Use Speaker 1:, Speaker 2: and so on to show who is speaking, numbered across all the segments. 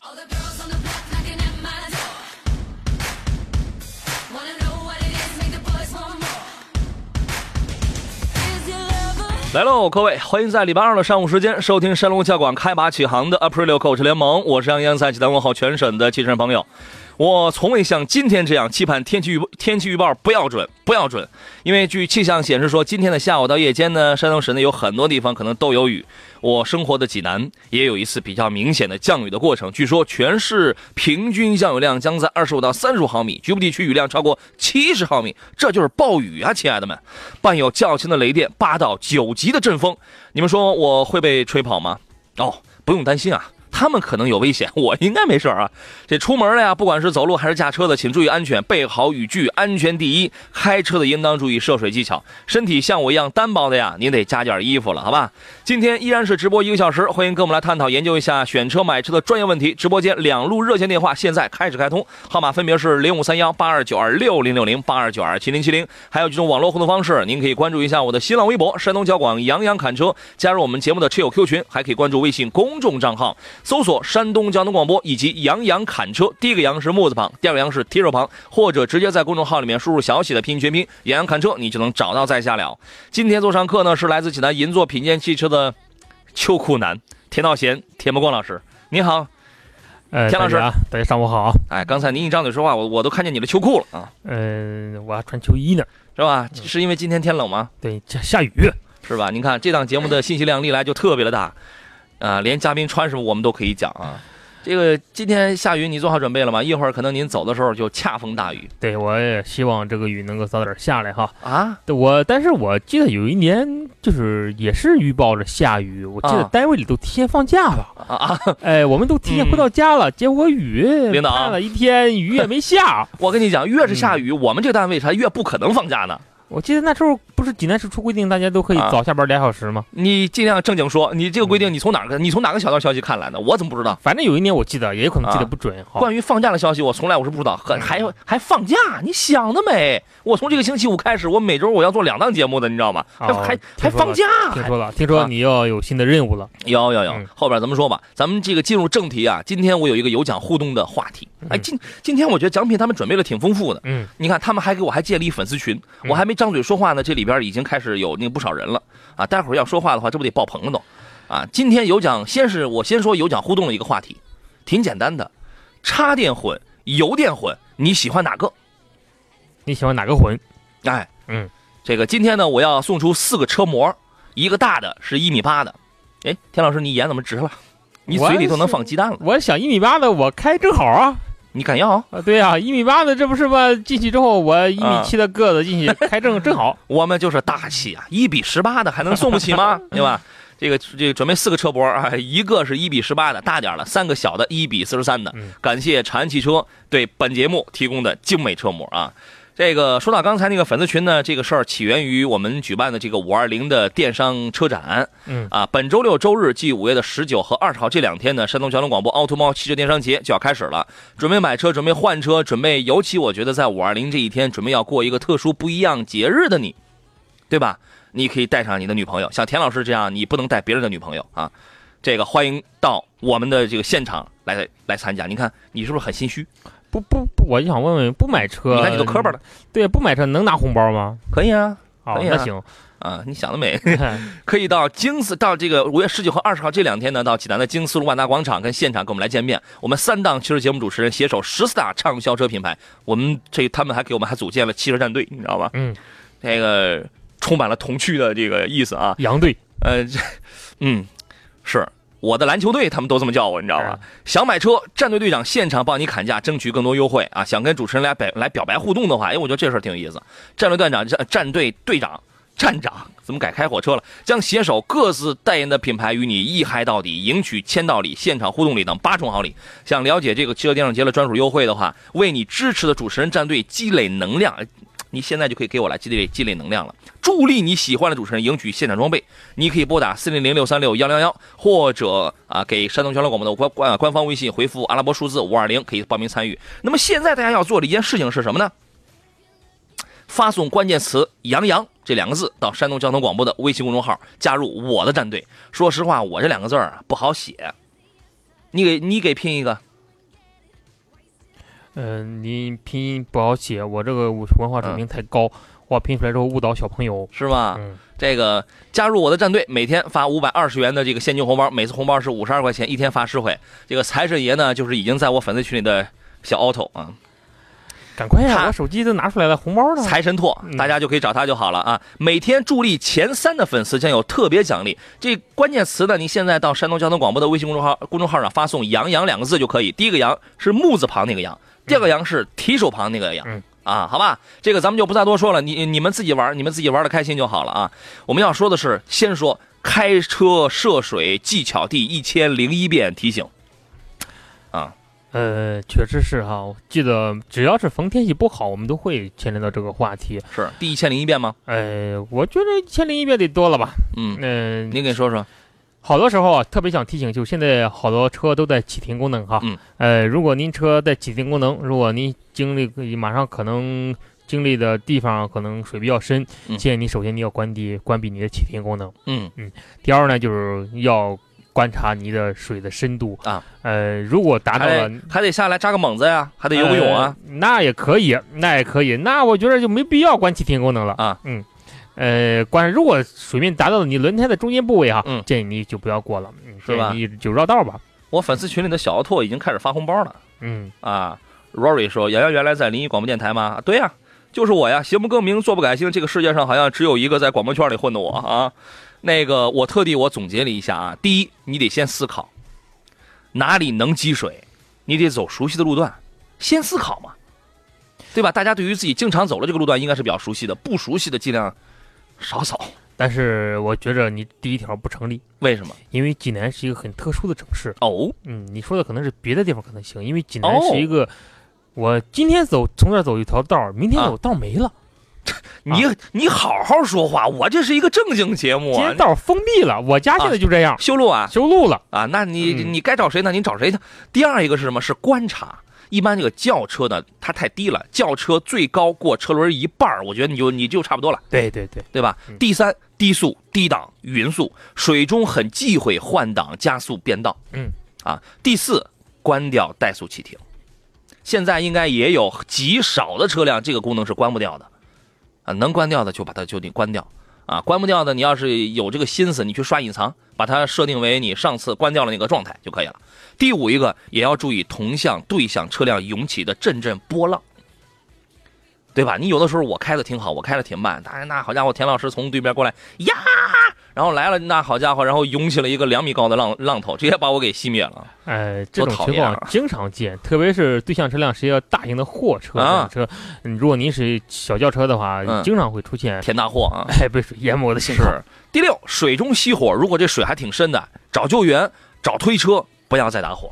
Speaker 1: All the girls on the block knocking at my door. Wanna know what it is, make the boys want more. Is your lover?
Speaker 2: 来喽，各位，欢迎在礼拜二的上午时间收听山东教广开拔启航的 Aprilio 口车联盟，我是杨洋，在济南问候全省的汽车人朋友。我从未像今天这样期盼天气预天气预报不要准，不要准，因为据气象显示说，今天的下午到夜间呢，山东省内有很多地方可能都有雨。我生活的济南也有一次比较明显的降雨的过程，据说全市平均降雨量将在二十五到三十五毫米，局部地区雨量超过七十毫米，这就是暴雨啊，亲爱的们！伴有较强的雷电，八到九级的阵风，你们说我会被吹跑吗？哦，不用担心啊。他们可能有危险， 我应该没事儿啊。这出门了呀，不管是走路还是驾车的，请注意安全，备好雨具，安全第一。开车的应当注意涉水技巧，身体像我一样单薄的呀，您得加件衣服了，好吧？今天依然是直播一个小时，欢迎跟我们来探讨研究一下选车买车的专业问题。直播间两路热线电话现在开始开通，号码分别是零五三幺八二九二六零六零八二九二七零七零，还有几种网络互动方式，您可以关注一下我的新浪微博山东交广杨洋侃车，加入我们节目的车友 Q 群，还可以关注微信公众账号。搜索山东交通广播以及杨洋侃车，第一个杨是木字旁，第二个杨是提手旁，或者直接在公众号里面输入小写的拼音全拼杨洋侃车，你就能找到在下了。今天做上课呢是来自济南银座品鉴汽车的秋裤男田道贤田木光老师，你好。
Speaker 3: 呃，
Speaker 2: 田老师
Speaker 3: 大家大家上午好。啊
Speaker 2: 哎，刚才您一张嘴说话，我我都看见你的秋裤了啊，
Speaker 3: 呃，我还穿秋衣呢。
Speaker 2: 是吧？是因为今天天冷吗？
Speaker 3: 对，下下雨，
Speaker 2: 是吧？您看这档节目的信息量历来就特别的大，啊、连嘉宾穿什么我们都可以讲啊。这个今天下雨，你做好准备了吗？一会儿可能您走的时候就恰逢大雨
Speaker 3: 对我也希望这个雨能够早点下来哈。
Speaker 2: 啊。
Speaker 3: 对我，但是我记得有一年就是也是预报着下雨，我记得
Speaker 2: 啊
Speaker 3: 单位里都提前放假了，
Speaker 2: 啊啊！
Speaker 3: 哎，我们都提前
Speaker 2: 嗯
Speaker 3: 回到家了，结果雨
Speaker 2: 领导
Speaker 3: 看了一天，雨也没下。啊
Speaker 2: 我跟你讲，越是下雨，我们这个单位才越不可能放假呢。
Speaker 3: 我记得那时候不是济南市出规定，大家都可以
Speaker 2: 啊
Speaker 3: 早下班俩小时吗？
Speaker 2: 你尽量正经说，你这个规定你从哪个你从哪个小道消息看来的？我怎么不知道？
Speaker 3: 反正有一年我记得，也有可能记得
Speaker 2: 啊
Speaker 3: 不准哈。
Speaker 2: 关于放假的消息，我从来我是不知道，
Speaker 3: 嗯
Speaker 2: 很还有还放假？你想得美！我从这个星期五开始，我每周我要做两档节目的，你知道吗？还
Speaker 3: 哦
Speaker 2: 还还
Speaker 3: 听说了
Speaker 2: 放假？
Speaker 3: 听说了，听说
Speaker 2: 啊
Speaker 3: 你要有新的任务了。
Speaker 2: 有有有
Speaker 3: 嗯，
Speaker 2: 后边咱们说吧。咱们这个进入正题啊，今天我有一个有奖互动的话题。哎，
Speaker 3: 嗯
Speaker 2: 今今天我觉得奖品他们准备的挺丰富的。
Speaker 3: 嗯，
Speaker 2: 你看，他们还给我还建立粉丝群，
Speaker 3: 嗯
Speaker 2: 我还没张嘴说话呢，这里边已经开始有那不少人了啊！待会儿要说话的话，这不得爆棚了都啊！今天有奖，先是我先说有奖互动的一个话题，挺简单的，插电混、油电混，你喜欢哪个？
Speaker 3: 你喜欢哪个魂？
Speaker 2: 哎，
Speaker 3: 嗯，
Speaker 2: 这个今天呢，我要送出四个车模，一个大的是一米八的，哎，田老师你眼怎么直了？你嘴里头能放鸡蛋了？
Speaker 3: 我想一米八的，我开正好啊。
Speaker 2: 你敢要？
Speaker 3: 啊，对呀、啊，一米八的，这不是吧？进去之后，我一
Speaker 2: 啊
Speaker 3: 米七的个子进去开正 正好。
Speaker 2: 我们就是大气 啊，一比十八的还能送不起吗？对吧？这个这个准备四个车博啊，一个是一比十八的大点儿的，三个小的，一比四十三的
Speaker 3: 嗯。
Speaker 2: 感谢长安汽车对本节目提供的精美车模啊。这个说到刚才那个粉丝群呢，这个事儿起源于我们举办的这个五二零的电商车展。
Speaker 3: 嗯
Speaker 2: 啊，本周六周日即五月的十九和二十号这两天呢，山东交通广播凹凸猫汽车电商节就要开始了。准备买车，准备换车，准备尤其我觉得在五二零这一天，准备要过一个特殊不一样节日的你，对吧？你可以带上你的女朋友，像田老师这样，你不能带别人的女朋友啊。这个欢迎到我们的这个现场来来参加。你看你是不是很心虚？
Speaker 3: 不不不，我就想问问，不买车，
Speaker 2: 你看你都磕巴了。。
Speaker 3: 对，不买车能拿红包吗？
Speaker 2: 可以啊，
Speaker 3: 哦，
Speaker 2: 可以啊
Speaker 3: 那行，
Speaker 2: 啊，你想得美。 可以到京四到这个五月十九和二十号这两天呢，到济南的京四路万达广场跟现场跟我们来见面。我们三档汽车节目主持人携手十四大畅销车品牌，我们这他们还给我们还组建了汽车战队，你知道吧？
Speaker 3: 嗯，
Speaker 2: 这个充满了童趣的这个意思啊。
Speaker 3: 杨队，
Speaker 2: 呃，这嗯，是我的篮球队，他们都这么叫我，你知道吧？想买车，战队队长现场帮你砍价，争取更多优惠啊！想跟主持人来表来表白互动的话，哎，我觉得这事儿挺有意思。战队队长，战战队队长站长怎么改开火车了？将携手各自代言的品牌与你一嗨到底，赢取签到礼、现场互动礼等八重好礼。想了解这个汽车电影节的专属优惠的话，为你支持的主持人战队积累能量。呃你现在就可以给我来积累积累能量了，助力你喜欢的主持人赢取现场装备。你可以拨打四零零六三六幺零幺，或者啊给山东交通广播的官官呃官方微信回复阿拉伯数字五二零，可以报名参与。那么现在大家要做的一件事情是什么呢？发送关键词“杨洋”这两个字到山东交通广播的微信公众号，加入我的战队。说实话，我这两个字儿啊不好写，你给你给拼一个，
Speaker 3: 嗯，你拼音不好写，我这个文文化水平太
Speaker 2: 嗯
Speaker 3: 高，我拼出来之后误导小朋友。
Speaker 2: 是吧？
Speaker 3: 嗯，
Speaker 2: 这个加入我的战队，每天发五百二十元的这个现金红包，每次红包是五十二块钱，一天发十回。这个财神爷呢，就是已经在我粉丝群里的小 auto 啊，
Speaker 3: 赶快呀、
Speaker 2: 他
Speaker 3: 我手机都拿出来了，红包呢？
Speaker 2: 财神拓，
Speaker 3: 嗯
Speaker 2: 大家就可以找他就好了啊。每天助力前三的粉丝将有特别奖励。这关键词呢，您现在到山东交通广播的微信公众号公众号上发送“杨洋”两个字就可以。第一个“杨”是木字旁那个“杨”，第二个“杨”是提手旁那个“杨”
Speaker 3: 嗯。
Speaker 2: 啊，好吧，这个咱们就不再多说了，你你们自己玩，你们自己玩的开心就好了啊。我们要说的是，先说开车涉水技巧第一千零一遍提醒。
Speaker 3: 呃，确实是哈，我记得只要是逢天气不好，我们都会牵扯到这个话题。
Speaker 2: 是第一千零一遍吗？
Speaker 3: 呃，我觉得千零一遍得多了吧？
Speaker 2: 嗯，
Speaker 3: 嗯、
Speaker 2: 您给说说。
Speaker 3: 好多时候啊，特别想提醒，就现在好多车都带启停功能哈。
Speaker 2: 嗯。
Speaker 3: 呃，如果您车带启停功能，如果您经历马上可能经历的地方可能水比较深，
Speaker 2: 嗯
Speaker 3: 建议你首先你要关闭关闭你的启停功能。
Speaker 2: 嗯，
Speaker 3: 第二呢，就是要观察你的水的深度
Speaker 2: 啊。哎
Speaker 3: 呃，如果达到
Speaker 2: 还
Speaker 3: 了
Speaker 2: 得还得下来扎个猛子呀，还得游个泳啊。
Speaker 3: 呃那也可以，那也可以，那我觉得就没必要关启停功能了
Speaker 2: 啊。
Speaker 3: 嗯，呃，关如果水面达到了你轮胎的中间部位哈，
Speaker 2: 嗯
Speaker 3: 建议你就不要过了，嗯
Speaker 2: 是吧
Speaker 3: 建议你就绕道吧。
Speaker 2: 我粉丝群里的小奥拓已经开始发红包了
Speaker 3: 嗯，
Speaker 2: 啊。Rory 说：“洋洋原来在临沂广播电台吗？啊对呀、就是我呀。行不更名，坐不改姓，这个世界上好像只有一个在广播圈里混的我啊。那个，我特地我总结了一下啊。第一，你得先思考哪里能积水，你得走熟悉的路段，先思考嘛，对吧？大家对于自己经常走的这个路段应该是比较熟悉的，不熟悉的尽量少走。
Speaker 3: 但是我觉着你第一条不成立，
Speaker 2: 为什么？
Speaker 3: 因为济南是一个很特殊的城市。
Speaker 2: 哦，
Speaker 3: 嗯，你说的可能是别的地方可能行，因为济南
Speaker 2: 哦
Speaker 3: 是一个，我今天走从这儿走一条道儿，明天
Speaker 2: 啊
Speaker 3: 走道儿没了，
Speaker 2: 你、你好好说话，我这是一个正经节目
Speaker 3: 今
Speaker 2: 啊
Speaker 3: 天。道儿封闭了，我家现在就这样，
Speaker 2: 修路啊，
Speaker 3: 修路了。
Speaker 2: 啊，那你
Speaker 3: 嗯
Speaker 2: 你该找谁呢？你找谁呢？第二一个是什么？是观察。一般这个轿车呢，它太低了，轿车最高过车轮一半儿我觉得你就你就差不多了，
Speaker 3: 对对对，
Speaker 2: 对吧？
Speaker 3: 嗯
Speaker 2: 第三，低速、低档、匀速，水中很忌讳换挡、加速、变道。
Speaker 3: 嗯，
Speaker 2: 啊，第四，关掉怠速启停。现在应该也有极少的车辆这个功能是关不掉的，啊，能关掉的就把它就得关掉。啊，关不掉的，你要是有这个心思，你去刷隐藏，把它设定为你上次关掉了那个状态就可以了。第五一个也要注意同向、对向车辆涌起的阵阵波浪，对吧？你有的时候我开的挺好，我开的挺慢，但是那好家伙，田老师从对面过来呀，然后来了，那好家伙，然后涌起了一个两米高的浪浪头，直接把我给熄灭了。
Speaker 3: 呃，这种
Speaker 2: 多讨
Speaker 3: 情
Speaker 2: 厌啊
Speaker 3: 况经常见，特别是对向车辆是一个大型的货车、
Speaker 2: 啊
Speaker 3: 这种车，嗯如果您是小轿车的话，
Speaker 2: 嗯
Speaker 3: 经常会出现
Speaker 2: 田大祸 啊！
Speaker 3: 哎被水淹没的情况。
Speaker 2: 是第六，水中熄火，如果这水还挺深的，找救援，找推车，不要再打火。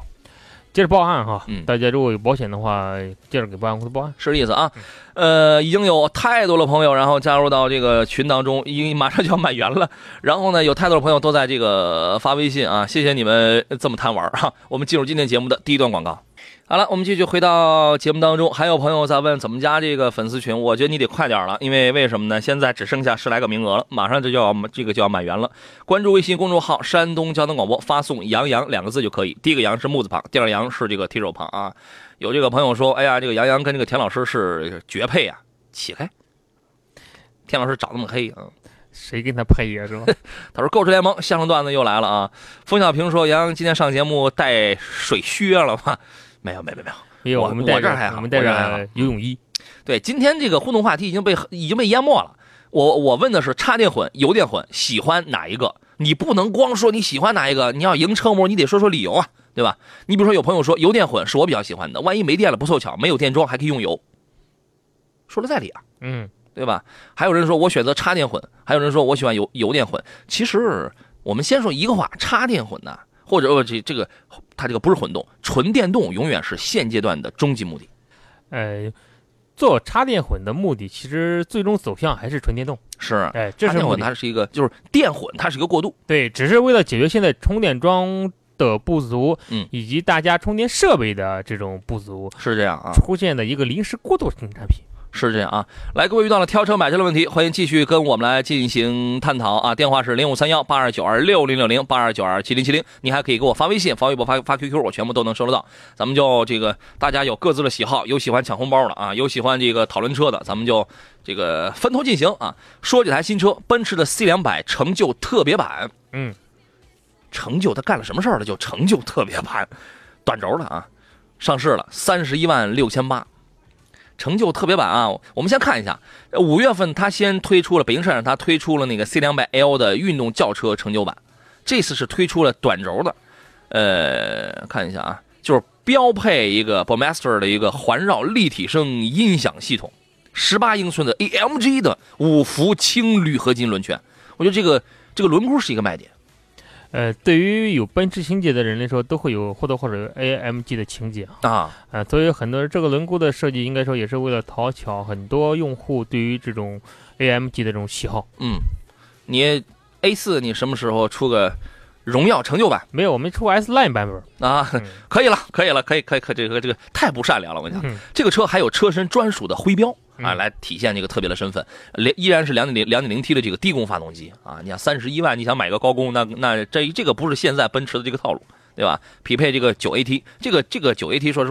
Speaker 3: 接着报案哈，
Speaker 2: 嗯
Speaker 3: 大家如果有保险的话，接着给保险公司报案。
Speaker 2: 是这意思啊。呃，已经有太多的朋友，然后加入到这个群当中，已经马上就要满员了。然后呢，有太多的朋友都在这个发微信啊，谢谢你们这么贪玩哈、啊。我们进入今天节目的第一段广告。 好了，我们继续回到节目当中。还有朋友在问怎么加这个粉丝群，我觉得你得快点了，因为为什么呢？现在只剩下十来个名额了，马上这就要这个就要满员了。关注微信公众号“山东交通广播”，发送“杨洋”两个字就可以。第一个“杨”是木字旁，第二个“杨”是这个提手旁啊。有这个朋友说，哎呀，这个杨洋跟这个田老师是绝配啊！起开，田老师长那么黑啊。
Speaker 3: 谁跟他配呀、是吧？
Speaker 2: 他说：“购车联盟相声段子又来了啊！”冯小平说：“杨洋今天上节目带水靴了吗？”没有，没有，没有。
Speaker 3: 没有，
Speaker 2: 我
Speaker 3: 我们带
Speaker 2: 我这
Speaker 3: 着
Speaker 2: 儿还好
Speaker 3: 我们带
Speaker 2: 我这儿还好
Speaker 3: 着游泳衣。
Speaker 2: 对，今天这个互动话题已经被已经被淹没了。我我问的是插电混、油电混，喜欢哪一个？你不能光说你喜欢哪一个，你要赢车模，你得说说理由啊，对吧？你比如说有朋友说油电混是我比较喜欢的，万一没电了不凑巧，没有电桩还可以用油，说的在理啊。
Speaker 3: 嗯，
Speaker 2: 对吧？还有人说我选择插电混，还有人说我喜欢油油电混。其实我们先说一个话，插电混呐、或者呃这这个它这个不是混动，纯电动永远是现阶段的终极目的。
Speaker 3: 呃，做插电混的目的，其实最终走向还是纯电动。
Speaker 2: 是啊，
Speaker 3: 哎，这
Speaker 2: 插
Speaker 3: 是
Speaker 2: 电
Speaker 3: 目
Speaker 2: 混
Speaker 3: 的。
Speaker 2: 它是一个就是电混，它是一个过渡。
Speaker 3: 对，只是为了解决现在充电桩的不足，
Speaker 2: 嗯
Speaker 3: 以及大家充电设备的这种不足，
Speaker 2: 是这样啊，
Speaker 3: 出现的一个临时过渡型产品。
Speaker 2: 是这样啊。来，各位遇到了挑车买车的问题，欢迎继续跟我们来进行探讨啊。电话是零五三幺八二九二六零六零八二九二七零七零，你还可以给我发微信、发微博、发发 QQ，我全部都能收得到。咱们就这个大家有各自的喜好，有喜欢抢红包的啊，有喜欢这个讨论车的，咱们就这个分头进行啊。说几台新车，奔驰的 C 两百成就特别版，
Speaker 3: 嗯，
Speaker 2: 成就它干了什么事儿了？就成就特别版，短轴的啊，上市了三十一万六千八。成就特别版啊，我们先看一下，呃五月份它先推出了北京车展，它推出了那个 C 两百 L 的运动轿车成就版，这次是推出了短轴的，呃，看一下啊，就是标配一个 Bowmaster 的一个环绕立体声音响系统，十八英寸的 AMG 的五辐轻铝合金轮圈，我觉得这个这个轮毂是一个卖点。
Speaker 3: 呃，对于有奔驰情节的人来说，都会有或多或少有 AMG 的情节啊。
Speaker 2: 啊，
Speaker 3: 啊，所以很多人这个轮毂的设计，应该说也是为了讨巧很多用户对于这种 AMG 的这种喜好。
Speaker 2: 嗯，你 A 四你什么时候出个荣耀成就版
Speaker 3: 没有，我们出 S Line 版本，
Speaker 2: 啊？
Speaker 3: 嗯
Speaker 2: 可以了，可以了，可以，可以，可以这个这个太不善良了，我跟你讲，
Speaker 3: 嗯
Speaker 2: 这个车还有车身专属的徽标啊，
Speaker 3: 嗯
Speaker 2: 来体现这个特别的身份，连依然是两点零两点零 T 的这个低功发动机啊，你想三十一万，你想买个高功，那那这这个不是现在奔驰的这个套路，对吧？匹配这个九 AT，这个这个九 AT 说实话。